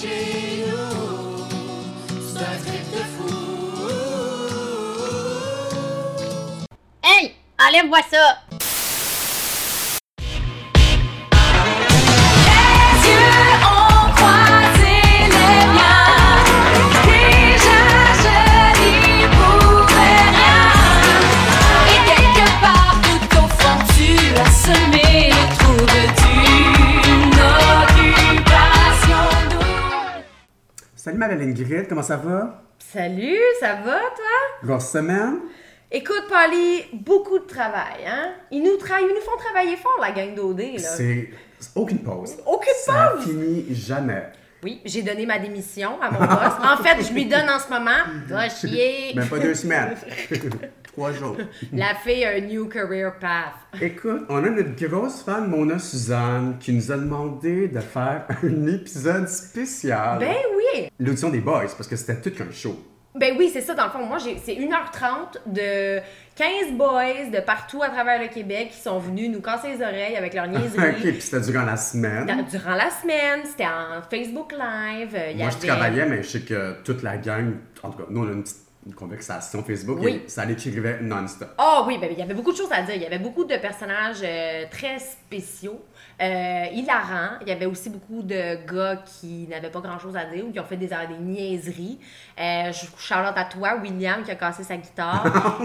chez nous. C'est un trip de fou. Hey! Enlève-moi ça! Les yeux ont croisé les miens. Déjà je n'y pouvais rien. Et quelque part tout au fond tu as semé le trou de d'une occupation douce. Salut Madeleine Grid, comment ça va? Salut, ça va toi? Grosse semaine? Écoute, Polly, beaucoup de travail, hein? Ils nous, tra- ils nous font travailler fort, la gang d'OD, là. C'est c'est aucune pause. Aucune Ça pause! finit jamais. Oui, j'ai donné ma démission à mon boss. En fait, je lui donne en ce moment. Va chier! Même pas deux semaines. Trois jours. La fille a un new career path. Écoute, on a notre grosse fan Mona Suzanne qui nous a demandé de faire un épisode spécial. Ben oui! L'audition des boys, parce que c'était tout qu'un show. Ben oui, c'est ça, dans le fond. Moi, j'ai- c'est 1h30 de 15 boys de partout à travers le Québec qui sont venus nous casser les oreilles avec leur ok, niaiserie. puis c'était durant la semaine. Eh Dans- Durant la semaine, c'était en Facebook Live. euh, il y Moi, je avait- travaillais, mais je sais que toute la gang, en tout cas, nous, on a une petite une conversation Facebook Oui. et ça l'écrivait non-stop. Ah oui, ben, il y avait beaucoup de choses à dire. Il y avait beaucoup de personnages euh, très spéciaux, euh, hilarants. Il y avait aussi beaucoup de gars qui n'avaient pas grand-chose à dire ou qui ont fait des, des niaiseries. Euh, je- Charlotte à toi, William qui a cassé sa guitare.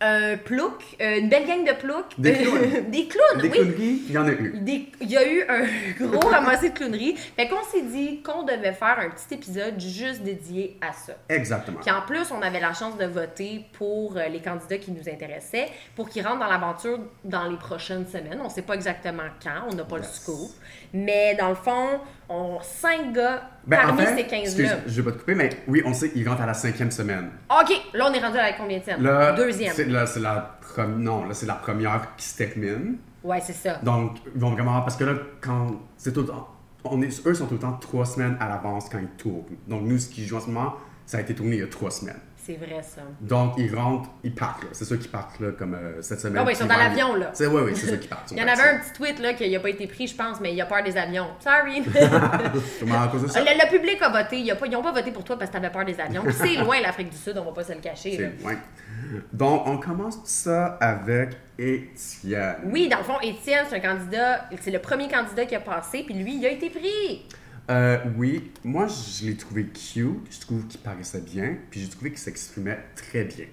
Un plouc, euh, une belle gang de ploucs. Des clowns. des clowns, Des oui. conneries, il y en a eu. Des- Il y a eu un gros ramassé de clownerie. Fait qu'on s'est dit qu'on devait faire un petit épisode juste dédié à ça. Exactement. Puis en plus, on avait la chance de voter pour euh, les candidats qui nous intéressaient pour qu'ils rentrent dans l'aventure dans les prochaines semaines. On ne sait pas exactement quand, on n'a pas Yes. le scoop. Mais dans le fond, on cinq gars Ben, parmi en fait, ces 15-là. excuse, je vais pas te couper, mais oui, on sait, il rentre à la cinquième semaine. OK, là, on est rendu à la combien Là, Deuxième. C'est, là, c'est la première. Non, là, c'est la première qui se termine. Ouais, c'est ça. Donc, ils vont vraiment. Parce que là, quand. C'est tout le temps- On est, eux sont tout le temps trois semaines à l'avance quand ils tournent. Donc, nous, ce qui joue en ce moment, ça a été tourné il y a trois semaines. C'est vrai, ça. Donc, ils rentrent, ils partent. là. C'est ceux qui partent là, comme euh, cette semaine. Ah ouais, ils sont qui dans vont aller- l'avion, là. C'est, oui, oui, c'est ceux qui partent. Il y en avait un petit tweet là, qu'il n'a pas été pris, je pense, mais il a peur des avions. Sorry. Comment, à cause de ça? Le, le public a voté. Il a pas, ils n'ont pas voté pour toi parce que tu avais peur des avions. Puis c'est loin l'Afrique du Sud, on va pas se le cacher. là. C'est- ouais. Donc, on commence tout ça avec Étienne. Oui, dans le fond, Étienne, c'est un candidat, c'est le premier candidat qui a passé, puis lui, il a été pris. Euh, oui, moi je l'ai trouvé cute, je trouve qu'il paraissait bien, puis j'ai trouvé qu'il s'exprimait très bien.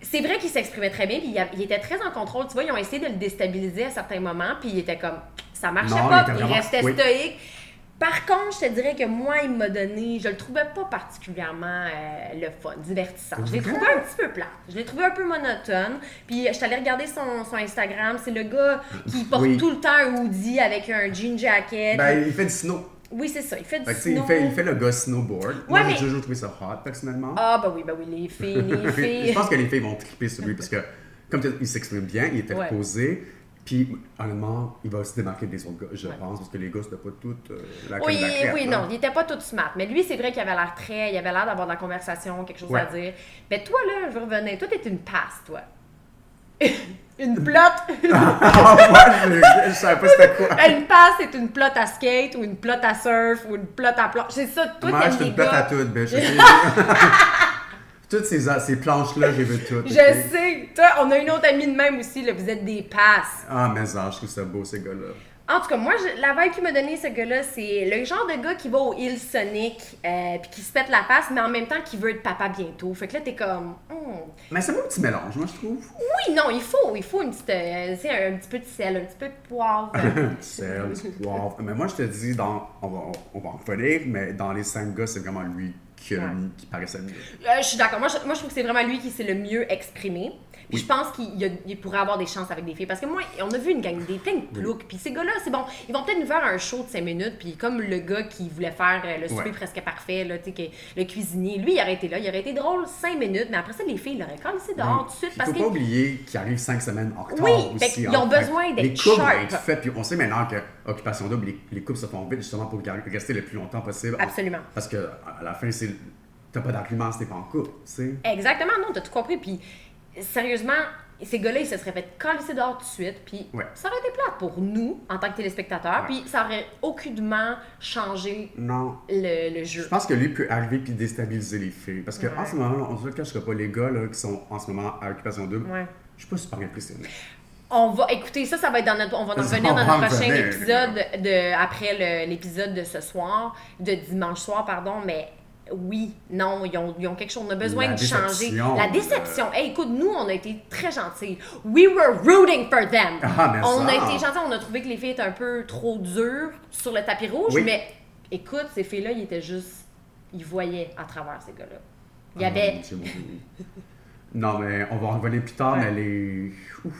C'est vrai qu'il s'exprimait très bien, puis il, a- il était très en contrôle. Tu vois, ils ont essayé de le déstabiliser à certains moments, puis il était comme, ça marchait Non, il pas, était puis il, vraiment- restait oui. stoïque. Par contre, je te dirais que moi, il m'a donné, je le trouvais pas particulièrement euh, le fun, divertissant. Je l'ai Vrai? trouvé un petit peu plat. Je l'ai trouvé un peu monotone. Puis je suis allée regarder son, son Instagram. C'est le gars qui porte Oui. tout le temps un hoodie avec un jean jacket. Ben, il fait du snow. oui, c'est ça. Il fait du Fait que, tu sais, il, Eh snow. fait, il fait le gars snowboard. moi Ouais, j'ai mais- toujours trouvé ça hot personnellement. Ah, bah oui, bah oui, les filles, les filles. je pense que les filles vont triper sur lui parce que, comme tu dis, il s'exprime bien, il était Ouais. posé, puis honnêtement, il va se démarquer des autres gars, je pense, parce que les gars c'était pas toutes euh, la crème Oui, de la crème, oui, là. non, il était pas tout smart. Mais lui, c'est vrai qu'il avait l'air très. Il avait l'air d'avoir de la conversation, quelque chose Ouais. à dire. Mais toi, là, je revenais. Toi, t'es une passe, toi. une plotte. Ah, ouais, je, je savais pas c'était quoi. une passe, c'est une plotte à skate ou une plotte à surf ou une plotte à planche. C'est ça, toi, Moi, je t'aimes suis les une pète à gars. toutes, bitch. toutes ces, ces planches-là, j'ai vu toutes. Je ok? sais. Toi, on a une autre amie de même aussi, là. Vous êtes des passes. Ah, mais ça, je trouve ça beau, ces gars-là. En tout cas, moi, je- la vibe qui m'a donné ce gars-là, c'est le genre de gars qui va au Hill Sonic euh, puis qui se pète la face, mais en même temps qui veut être papa bientôt. Fait que là, t'es comme. Hmm. Mais c'est un beau petit mélange, moi, je trouve. Oui, non, il faut, il faut une petite, euh, tu sais, un, petit peu de sel, un petit peu de poivre. Du sel, du poivre. Mais moi, je te dis, dans, on, va, on va en revenir, mais dans les cinq gars, c'est vraiment lui qui, a Ouais. mis- qui paraissait le mieux. Euh, je suis d'accord. Moi je, moi, je trouve que c'est vraiment lui qui s'est le mieux exprimé. Puis Oui. je pense qu'il il a- il pourrait avoir des chances avec des filles. Parce que moi, on a vu une gang, des plein de ploucs. Puis ces gars-là, c'est bon. Ils vont peut-être nous faire un show de 5 minutes. Puis comme le gars qui voulait faire euh, le souper Ouais. presque parfait, là, tu sais, que- le cuisinier, lui, il aurait été là. Il aurait été drôle 5 minutes. Mais après ça, les filles, ils l'auraient quand même dehors tout de Puis suite. Il Parce faut que. pas oublier qu'il arrive cinq semaines en retard Oui, fait aussi. qu'ils hein. ont Fait que besoin d'être Les couples vont sharp. être faits, puis on sait maintenant que Occupation Double, les, les couples se font vite justement pour gar- rester le plus longtemps possible. Absolument. Parce que à la fin, c'est t'as pas d'argument si t'es pas en couple, tu sais. Exactement, non, t'as tout compris. Puis, sérieusement, ces gars-là, ils se seraient fait coller dehors tout de suite, puis Ouais. ça aurait été plate pour nous, en tant que téléspectateurs, Ouais. puis ça aurait aucunement changé Non. le, le jeu. Je pense que lui peut arriver puis déstabiliser les filles. Parce qu'en Ouais. ce moment, on se le cachera pas, les gars là, qui sont en ce moment à Occupation 2, Ouais. je suis pas super impressionné. On va écouter ça, ça va être dans notre, on va en Ça, revenir on dans va notre en prochain revenir. épisode de après le- l'épisode de ce soir, de dimanche soir pardon, mais oui, non, ils ont, ils ont quelque chose, on a besoin La de changer. déception, La euh. déception. Hey, écoute, nous on a été très gentils. We were rooting for them. Ah, mais on ça. a été gentils, on a trouvé que les filles étaient un peu trop dures sur le tapis rouge, Oui. mais écoute, ces filles-là, ils étaient juste, ils voyaient à travers ces gars-là. Il y Ah, avait mon Dieu, mon Dieu. Non, mais on va en revenir plus tard, mais les. Ouf.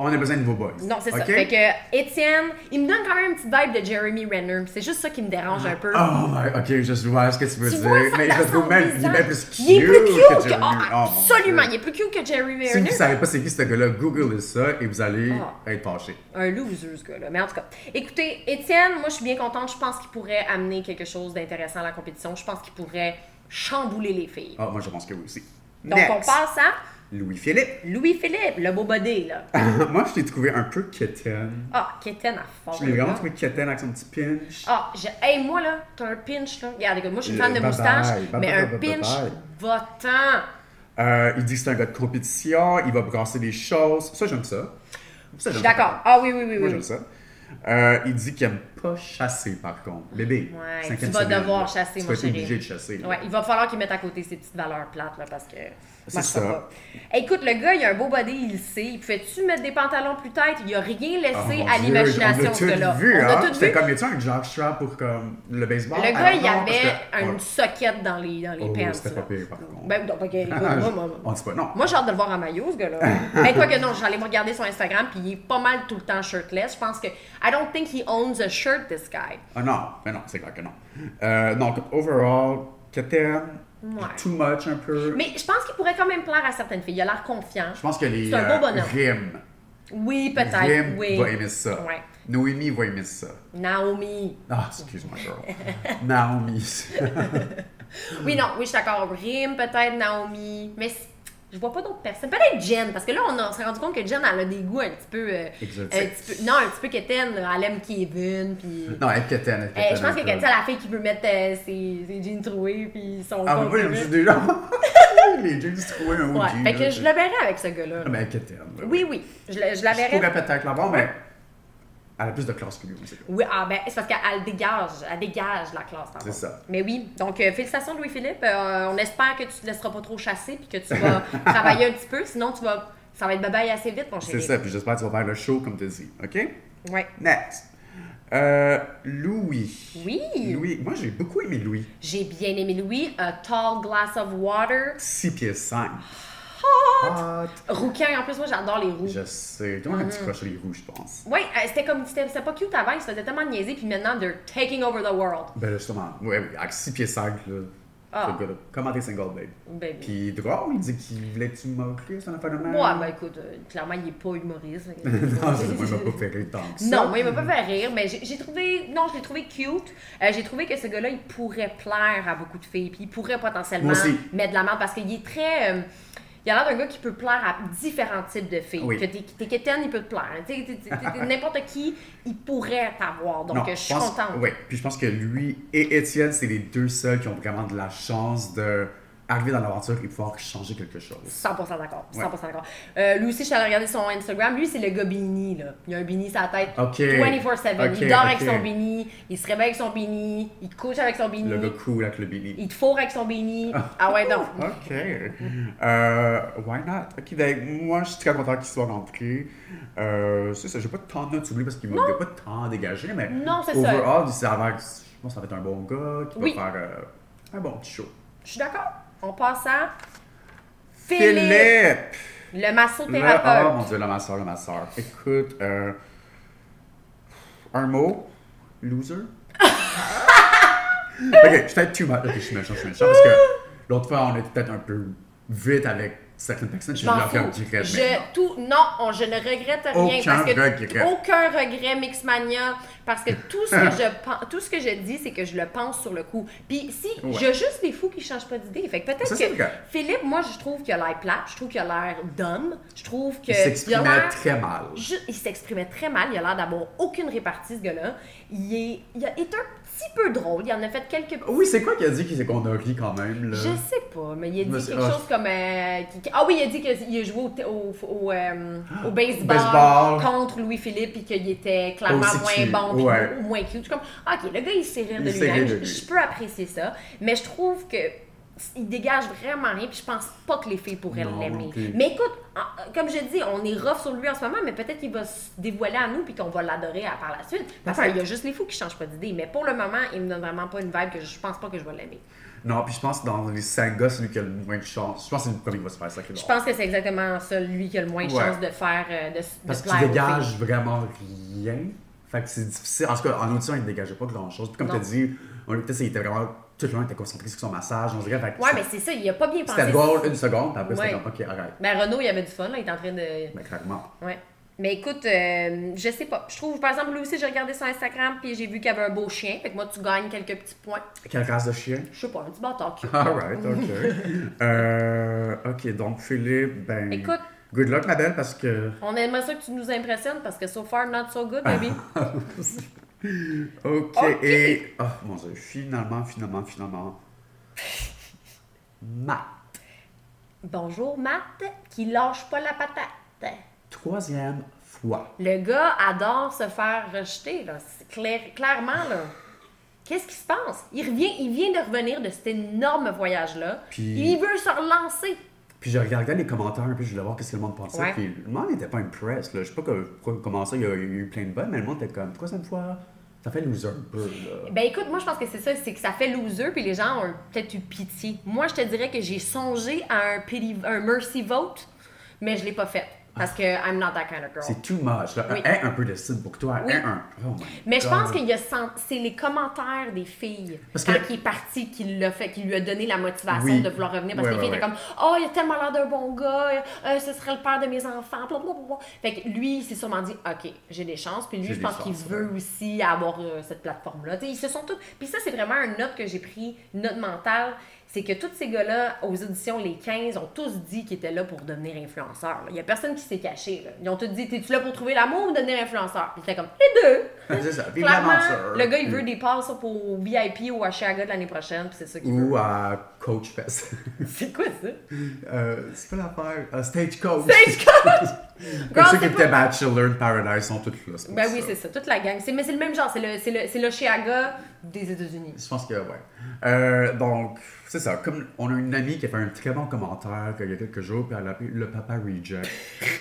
On a besoin de vos boys. Non, c'est ça. OK? Fait que Étienne, il me donne quand même une petite vibe de Jeremy Renner. C'est juste ça qui me dérange un peu. Oh, my- ok, je vois ce que tu veux Tu dire. vois, ça mais dans je le son trouve même, il est visage. même plus cute. Il est plus cute que- Jeremy. ah, Oh, mon absolument, Dieu. il est plus cute que Jeremy Si vous ne Renner. savez pas c'est qui ce gars-là, googlez ça et vous allez Ah. être fâchés. Un loser, ce gars-là. Mais en tout cas, écoutez, Étienne, moi, je suis bien contente. Je pense qu'il pourrait amener quelque chose d'intéressant à la compétition. Je pense qu'il pourrait chambouler les filles. Ah, moi, je pense que oui aussi. Donc, on passe à Louis-Philippe. Louis-Philippe, le beau body, là. moi, je t'ai trouvé un peu quétaine. Ah, Kéten à fond. Je l'ai vraiment là. trouvé quétaine avec son petit pinch. Ah, j'ai- hey, moi là, t'as un pinch là. Regarde, écoute, moi je suis une fan de Le bye-bye, moustache, bye-bye, mais un bye-bye, pinch, bye-bye. va-t'en. Euh, il dit que c'est un gars de compétition, il va brasser des choses. Ça, j'aime ça. Ça, Je j'aime suis ça. d'accord. Ah oui, oui, oui, Moi, oui. j'aime ça. Euh, il dit qu'il aime pas chasser, par contre. Bébé, Ouais, tu cinquième vas semaine, devoir là. chasser, tu mon vas être chéri. obligé de chasser. là. Ouais, il va falloir qu'ils mettent à côté ces petites valeurs plates, là, parce que. C'est ça. marchera pas. Écoute, le gars, il a un beau body, il le sait. Il pouvait-tu mettre des pantalons plus têtes? Il a rien Oh, laissé mon à Dieu, l'imagination, ce On gars-là. a tout vu, On a hein? tout J'étais vu. comme, tu un jockstrap pour comme, le baseball? Le Ah, gars, il non, parce avait que- une Ouais. soquette dans les, dans les Oh, pants. c'était là. pas pire, par contre. Ben, donc, ok, écoute, Ah, moi, je- moi, On dit pas non. moi, j'ai hâte de le voir en maillot, ce gars-là. ben, quoi que non, j'allais me regarder sur Instagram, puis il est pas mal tout le temps shirtless. Je pense que. I don't think he owns a shirt, this guy. Ah non, mais non, c'est clair que non. Euh, donc, overall, quétaine, Ouais. too much un peu. Mais je pense qu'il pourrait quand même plaire à certaines filles. Il a l'air confiant. Je pense que les C'est un bon euh, bonhomme. rimes Oui, peut-être. Rim Oui. va aimer ça. Ouais. Noémie va aimer ça. Naomi. Ah, excuse-moi, girl. Naomi. Oui, non, oui, je suis d'accord. Rim, peut-être Naomi. Mais c- je vois pas d'autres personnes. Peut-être Jen, parce que là, on a- on s'est rendu compte que Jen, elle a des goûts un petit peu. euh, Exotiques. un petit peu- non, un petit peu quétaine. là. Elle aime Kevin, puis. non, elle est quétaine, elle est Euh, je pense que quétaine, Kevin, elle. c'est la fille qui veut mettre euh, ses, ses jeans troués, puis son. Ah, mais corps moi, je me troué. suis déjà. les jeans troués, un OG. Ouais, fait que là, je c'est- le verrai avec ce gars-là. Ah, Mais elle est quétaine, là. Oui, oui, je, le- je la Je verrai. pourrais peut-être l'avoir, mais elle a plus de classe que lui, c'est Oui, ah ben, c'est parce qu'elle dégage, elle dégage la classe. pardon. C'est ça. Mais oui, donc euh, félicitations Louis-Philippe. Euh, on espère que tu te laisseras pas trop chasser puis que tu vas travailler un petit peu, sinon tu vas, ça va être babaille assez vite, mon C'est chéri. ça, puis j'espère que tu vas faire le show comme tu dis. OK? Ouais. Next. Euh, Louis. Oui, Louis. Moi, j'ai beaucoup aimé Louis. j'ai bien aimé Louis. A tall glass of water. 6 pieds 5. Hot! Rouquin, en plus, moi j'adore les roux. Je sais. Tout le monde a Mm. un petit crochet les roues, je pense. Ouais, euh, c'était comme, c'était c'était pas cute avant, ils se faisaient tellement niaiser puis maintenant they're taking over the world. Ben là, justement, ouais, oui, avec 6 pieds 5, là. Ah. le gars-là. Comment t'es single, babe? Baby. Puis drôle, il dit qu'il voulait que tu m'occupes, c'est un phénomène. Ouais, ben écoute, euh, clairement il est pas humoriste. Hmm. non, c'est- moi, il m'a pas fait rire tant que ça. Non, moi, il m'a pas fait rire, mais j'ai j'ai trouvé. Non, je l'ai trouvé cute. Euh, j'ai trouvé que ce gars-là, il pourrait plaire à beaucoup de filles. Puis il pourrait potentiellement Moi aussi. mettre de la merde parce qu'il est très. euh, il a l'air d'un gars qui peut plaire à différents types de filles. Oui. Que t'es t'es quétaine, il peut te plaire. T'sais, t'es- t'es- t'es- N'importe qui, il pourrait t'avoir. Donc, Non, euh, je suis pense- contente. Ouais, puis je pense que lui et Étienne, c'est les deux seuls qui ont vraiment de la chance de arriver dans l'aventure et pouvoir changer quelque chose. 100% d'accord. 100% Ouais. d'accord. Euh, lui aussi, je suis allée regarder son Instagram. Lui, c'est le gars beanie, là. Il a un beanie sur la tête Ok. 24-7. Ok, il dort avec ok. son beanie, il se réveille avec son beanie, il couche avec son beanie. Le gars cool avec le Billy. Il te fourre avec son béni. Ah ouais, non. Ok. Euh, why not? Ok, ben, moi, je suis très content qu'il soit rentré. Euh, c'est ça, j'ai pas tant de notes oubliées parce qu'il m'a il a pas tant dégagé, mais Non, c'est ça. overall, ça a l'air que- je pense que ça va être un bon gars qui Oui. va faire euh, un bon petit show. Je suis d'accord. On passe à Philippe, Philippe! le Là, oh massothérapeute. mon dieu, là, ma soeur, là, ma soeur. Écoute, euh, un mot, loser. ok, je suis peut-être too much. Ok, je suis méchant, je suis méchant parce que l'autre fois, on était peut-être un peu vite avec certaines personnes, je Je m'en leur fous. regrette Je, maintenant. tout, non, on- je ne regrette rien. Aucun parce que, regret. Aucun regret, Mixmania. Parce que tout ce que je pense, tout ce que je dis, c'est que je le pense sur le coup. Puis si, Ouais. j'ai juste des fous qui changent pas d'idée. Fait que peut-être Ça, que c'est vrai. Philippe, moi, je trouve qu'il a l'air plat. Je trouve qu'il a l'air d'homme. Je trouve que Il il a s'exprimait l'air- très mal. Ju- il s'exprimait très mal, il a l'air d'avoir aucune répartie, ce gars-là. Il est, il a- est un petit peu drôle, il en a fait quelques... Oui, c'est quoi qu'il a dit qu'il- qu'on a ri quand même, là? Je sais pas, mais il a dit Monsieur- quelque ah. chose comme... euh, qui- qui- Ah oui, il a dit qu'il a joué au, t- au, au, euh, au baseball, Ah, baseball. contre Louis-Philippe et qu'il était clairement Aussi moins cute, bon puis ouais. mo- moins cute. Je suis comme, ah, ok, le gars, il sait rire Il de sait rire de lui-même. lui. Je, je peux apprécier ça, mais je trouve que il dégage vraiment rien, puis je pense pas que les filles pourraient Non, l'aimer. ok. Mais écoute, en- comme je dis, on est rough sur lui en ce moment, mais peut-être qu'il va se dévoiler à nous puis qu'on va l'adorer à- par la suite. Parce Peut-être. qu'il y a juste les fous qui changent pas d'idée. Mais pour le moment, il me donne vraiment pas une vibe que je, je pense pas que je vais l'aimer. Non, puis je pense que dans les cinq gars, celui qui a le moins de chance, je pense que c'est le premier qui va se faire ça. Je pense que c'est exactement ça, lui, qui a le moins de Ouais. chance de faire euh, de, s- de Parce qu'il plaire aux dégage filles. vraiment rien. Fait que c'est difficile. En tout cas, en audition, il ne dégageait pas grand-chose. Puis comme tu as Non. dit, on était, il était vraiment... Tout le monde était concentré sur son massage, on dirait. Fait que Ouais, mais c'était- c'est ça, il a pas bien pensé. C'était drôle une seconde, puis après Ouais. c'était comme, OK, arrête. Ben, Renaud, il avait du fun, là, il est en train de. Mais clairement. Ouais. Mais écoute, euh, je sais pas. Je trouve, par exemple, lui aussi, j'ai regardé son Instagram, puis j'ai vu qu'il avait un beau chien. Fait que moi, tu gagnes quelques petits points. Quelle race de chien? Je sais pas, un petit bâtard cute. Alright, OK. euh, OK, donc Philippe, ben... Écoute. Good luck, ma belle, parce que... On aimerait ça que tu nous impressionnes parce que so far, not so good, baby. OK, Ok. et... Oh, mon Dieu, finalement, finalement, finalement... Matt, Bonjour, Matt, qui lâche pas la patate. troisième fois. Le gars adore se faire rejeter, là. C'est clair- clairement, là. Qu'est-ce qui se passe? Il, revient, il vient de revenir de cet énorme voyage-là. Puis- Il veut se relancer. Puis je regardais les commentaires, puis je voulais voir qu'est-ce que le monde pensait. Ouais. Puis le monde n'était pas impressed. Là. Je sais pas que- pourquoi- comment ça, il y a eu plein de bonnes, mais le monde était comme, troisième fois, ça fait loser un peu. Là. Ben écoute, moi je pense que c'est ça, c'est que ça fait loser puis les gens ont peut-être eu pitié. Moi je te dirais que j'ai songé à un, pity- un mercy vote, mais je l'ai pas fait parce que I'm not that kind of girl. C'est too much. Là. Oui. Aie un peu de style pour toi. Oui. Aie un. Oh my Mais je God. pense qu'il y a cent- c'est les commentaires des filles Parce quand que- il est parti qui l'a fait, qui lui a donné la motivation Oui. de vouloir revenir parce Ouais, que les ouais, filles étaient ouais. comme oh il a tellement l'air d'un bon gars, euh, ce serait le père de mes enfants, blablabla. Fait que lui il s'est sûrement dit ok j'ai des chances puis lui J'ai je des pense qu'il chances, veut aussi avoir euh, cette plateforme là. ils se sont tous puis ça c'est vraiment une note que j'ai pris, une note mentale. C'est que tous ces gars-là, aux auditions, les 15, ont tous dit qu'ils étaient là pour devenir influenceurs. là. Il n'y a personne qui s'est caché. là. Ils ont tous dit T'es-tu là pour trouver l'amour ou devenir influenceur Puis ils étaient comme Les deux C'est ça. Vive Clairement, l'aventure. le gars, il veut des passes pour VIP ou à Chicago de l'année prochaine, puis c'est ça qu'il veut. Ou à Coach Fest. C'est quoi ça? Euh, c'est pas l'affaire. Euh, Stagecoach. Stagecoach! Comme Girl, ceux c'est qui pas- étaient Bachelor in Paradise sont tous là. pour Ben oui, ça. c'est ça, toute la gang. C'est- Mais c'est le même genre, c'est le, c'est le, c'est le Chicago des États-Unis. Je pense que, ouais. Euh, donc, c'est ça. Comme on a une amie qui a fait un très bon commentaire il y a quelques jours, puis elle a appelé le papa reject.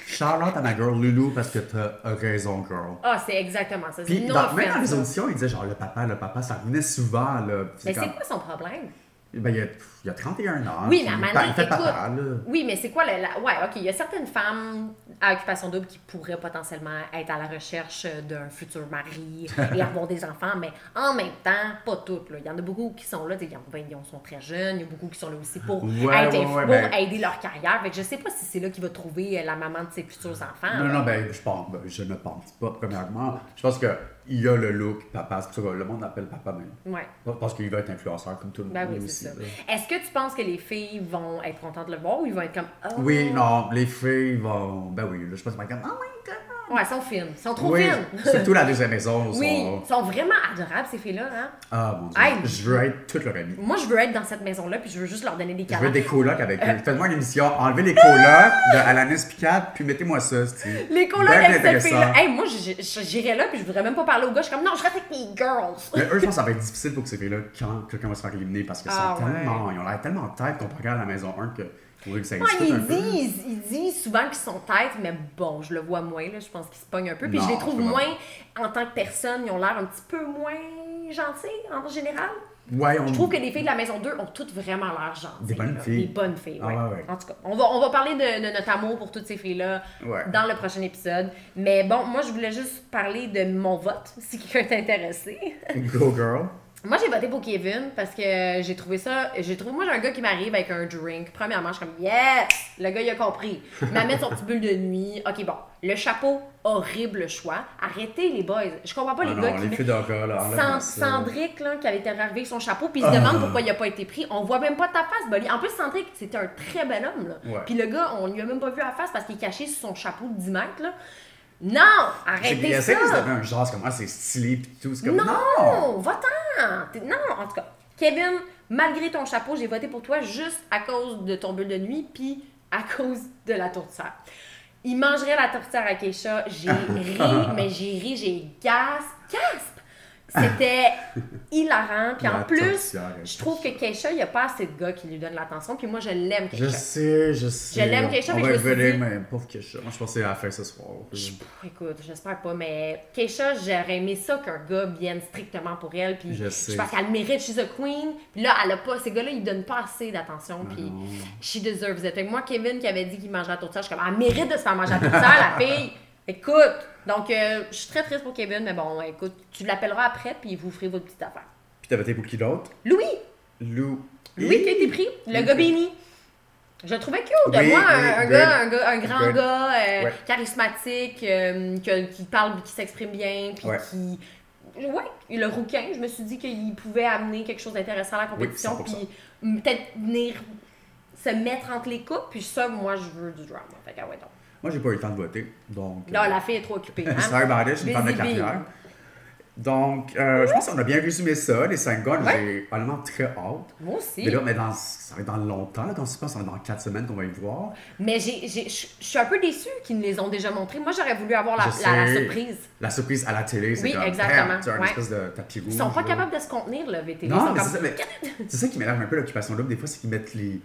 Shout out à ma girl Loulou parce que t'as raison, girl. Ah, c'est exactement ça. C'est Puis, non dans- même dans offense, les ça. auditions, il disait genre le papa, le papa, ça revenait souvent, là. Puis Mais comme- c'est quoi son problème? Ben, il y a, pff, il y a 31 ans. puis Oui, mais à il Manon, pa- Il fait écoute. papa, là. Oui, mais c'est quoi la, la- Ouais, ok, il y a certaines femmes à occupation double qui pourraient potentiellement être à la recherche d'un futur mari et avoir des enfants, mais en même temps, pas toutes. là. Il y en a beaucoup qui sont là, tu sais, ils ont 20 ils sont très jeunes, il y a beaucoup qui sont là aussi pour, Ouais, aider, ouais, ouais, pour ben- aider leur carrière. Fait que je sais pas si c'est là qu'il va trouver euh, la maman de ses futurs enfants. Non, là. non, ben, je pense, ben, je ne pense pas, premièrement. Je pense que il y a le look papa, c'est pour ça que le monde appelle papa même. Ouais. Parce qu'il veut être influenceur comme tout le monde Ben oui, aussi. c'est ça. là. Est-ce que tu penses que les filles vont être contentes de le voir ou ils vont être comme. Ah, Oui, non, les filles vont. Ben oui, là, je pense que comme. Oh my god! Ouais, elles sont fines. Elles sont trop oui, fines. surtout la deuxième maison. ils Oui, sont- elles sont vraiment adorables, ces filles-là. Hein? Ah mon dieu. Aïe. Je veux être toute leur amie. Moi, je veux être dans cette maison-là, puis je veux juste leur donner des Je câlins. veux être des colocs avec Euh. eux. Faites-moi une émission. Enlevez les colocs de Alanis Picard, puis mettez-moi ça, c'est Les colocs bien avec cette intéressant. fille-là. Hey, moi, je- je- j'irais là, puis je voudrais même pas parler aux gars. Je suis comme, non, je reste avec mes girls. Mais eux, je pense que ça va être difficile pour que ces filles-là quand quelqu'un va se faire éliminer parce qu'ils Ah, sont ouais. tellement. Ils ont l'air tellement tête qu'on peut regarder à la maison 1 que. Pour eux que ça Moi, existe un ils peu. disent, ils disent souvent qu'ils sont têtes, mais bon, je le vois moins, là. Je pense qu'ils se pognent un peu. Puis Non, je les je trouve te vois moins, en tant que personne, ils ont l'air un petit peu moins gentils, en général. Ouais, on... Je trouve que les filles de la maison 2 ont toutes vraiment l'air gentilles. Des bonnes là. filles. Des bonnes filles, Ah ouais. ouais, ouais. En tout cas, on va, on va parler de, de notre amour pour toutes ces filles-là Ouais. dans le prochain épisode. Mais bon, moi, je voulais juste parler de mon vote, si quelqu'un est intéressé. Go girl. Moi, j'ai voté pour Kevin parce que j'ai trouvé ça. J'ai trouvé, moi, j'ai un gars qui m'arrive avec un drink. Premièrement, je suis comme, yes! Le gars, il a compris. Il M'amène son petit bulle de nuit. Ok, bon. Le chapeau, horrible choix. Arrêtez, les boys. Je comprends pas Ah Oh, les non, gars les qui. filles mettent- d'alcool, là, enlève-moi Sand- ça. Sandrick, là, qui avait été arrivé avec son chapeau, puis il se Ah. demande pourquoi il a pas été pris. On voit même pas ta face, Bolly. En plus, Sandrick, c'était un très bel homme, là. Ouais. Puis le gars, on lui a même pas vu la face parce qu'il est caché sous son chapeau de 10 mètres, là. Non! J'ai Arrêtez essayé ça! que c'était un genre, c'est comme, ah, c'est stylé pis tout. C'est comme, Non! non! Va-t'en! T'es- Non, en tout cas, Kevin, malgré ton chapeau, j'ai voté pour toi juste à cause de ton bulle de nuit puis à cause de la tourtière. Il mangerait la tourtière à Keisha. J'ai ri, mais j'ai ri, j'ai gasp, gasp! C'était hilarant. Puis en La plus, tourtière à je trouve que Keisha, il n'y a pas assez de gars qui lui donnent l'attention. Puis moi, je l'aime, Je Keisha. sais, je sais. l'aime, Keisha, On mais va je me suis revenir, dit- mais pauvre Kesha. Moi, je pensais à la fin ce soir. Je- Écoute, j'espère pas, mais Keisha, j'aurais aimé ça qu'un gars vienne strictement pour elle. Puis Je je, sais. pense qu'elle mérite, she's a queen. Puis là, elle a pas, ces gars-là, ils donnent pas assez d'attention. Puis Ah non. she deserves it. Fait que moi, Kevin, qui avait dit qu'il mangeait la tourtière, je suis comme, elle mérite de se faire manger la tourtière, la fille. Écoute, donc euh, je suis très triste pour Kevin, mais bon, écoute, tu l'appelleras après, puis vous ferez votre petite affaire. Pis t'as voté pour qui d'autre? Louis! Lou. Louis qui a été pris, le gars béni. Je le trouvais cute. Oui, Moi, un, oui, un good. gars, un, gars- un grand Good. gars, euh, Ouais. charismatique, euh, que- qui parle, qui s'exprime bien, puis Ouais. qui. Ouais, le rouquin, je me suis dit qu'il pouvait amener quelque chose d'intéressant à la compétition, 100%. puis peut-être venir se mettre entre les coupes, puis ça, moi, je veux du drama. Fait que, ah ouais, donc. Moi, j'ai pas eu le temps de voter. Donc. Là, euh, la fille est trop occupée. hein. Sorry about it, je suis une femme de Busy bee. carrière. Donc, euh, je pense qu'on a bien résumé ça, les 5 gars. Ouais. J'ai vraiment très hâte. Moi aussi. Mais là, mais dans, ça va être dans longtemps, là, quand tu penses, ça va être dans 4 semaines qu'on va y voir. Mais j'ai- j'ai- je je suis un peu déçue qu'ils nous les ont déjà montrés. Moi, j'aurais voulu avoir la- Je Ah, la- la sais. surprise. La surprise à la télé, c'est Oui, comme, exactement, bam, tu as un ouais. espèce de tapis rouge. Ils sont pas là. capables de se contenir, le VTV. Non, mais ils c'est ça, sont mais c'est ça qui m'énerve un peu l'occupation double. Des fois, c'est qu'ils mettent les,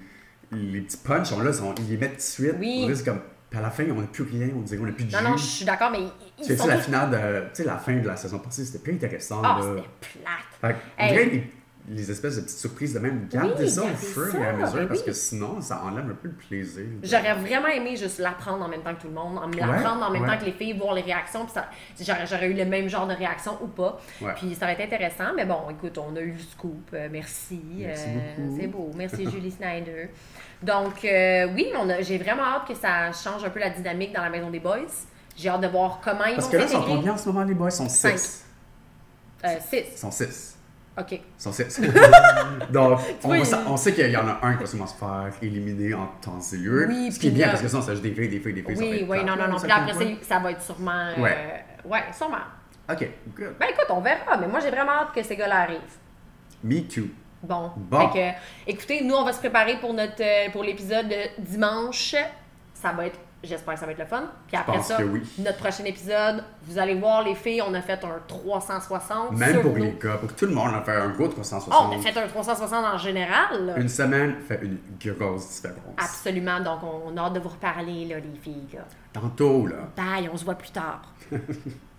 les petits punchs, on, là, ils sont- ils les mettent tout de suite. Oui. On dit, c'est comme, puis à la fin, on n'a plus rien, on dirait qu'on n'a plus de comme... Non, non, je jus. suis d'accord, mais ils- ils C'est sont la tous- finale de, tu sais, la fin de la saison passée, c'était plus intéressant. Ah, là. c'était plate. Fait que, on Hey. dirait les, les espèces de petites surprises de même, gardez Oui, ça au gardez fur ça, et à mesure ben parce oui. que sinon ça enlève un peu le plaisir. J'aurais vraiment aimé juste l'apprendre en même temps que tout le monde, en- l'apprendre en même ouais. temps que les filles, voir les réactions, puis ça- j'aurais, j'aurais eu le même genre de réaction ou pas. Ouais. Puis ça aurait été intéressant, mais bon, écoute, on a eu le scoop, euh, merci. euh, Merci beaucoup. c'est beau, merci Julie Snyder. Donc euh, oui, on a- j'ai vraiment hâte que ça change un peu la dynamique dans la maison des boys. J'ai hâte de voir comment ils Parce vont que là, ils sont s'intégrer. combien en ce moment les boys Ils sont Cinq. 6. Euh, Ils six. sont 6. OK. Ils sont 6. Donc, on, vois, va sa- il- on sait qu'il y en a un qui va sûrement se faire éliminer en temps et lieu. Oui, ce qui est puis bien là- parce que sinon, ça juste des filles, des filles, des filles. ça va Oui, être oui, plate. non, non, non. Ça Puis là, après, compte c'est- ça va être sûrement. euh, Ouais. ouais, sûrement. pas. Ok, good. Ben écoute, on verra, mais moi j'ai vraiment hâte que ces gars-là arrivent. Me too. Bon. Bon. Fait que, écoutez, nous, on va se préparer pour notre euh, pour l'épisode de dimanche. Ça va être, j'espère que ça va être le fun. Puis après pense ça, que oui. notre prochain épisode, vous allez voir les filles, on a fait un 360 Même sur pour nos- les gars, pour tout le monde, on a fait un gros 360. Oh, on a fait un 360 en général. là. Une semaine fait une grosse différence. Absolument, donc on, on a hâte de vous reparler, là, les filles. là. Tantôt, là. Bye, on se voit plus tard.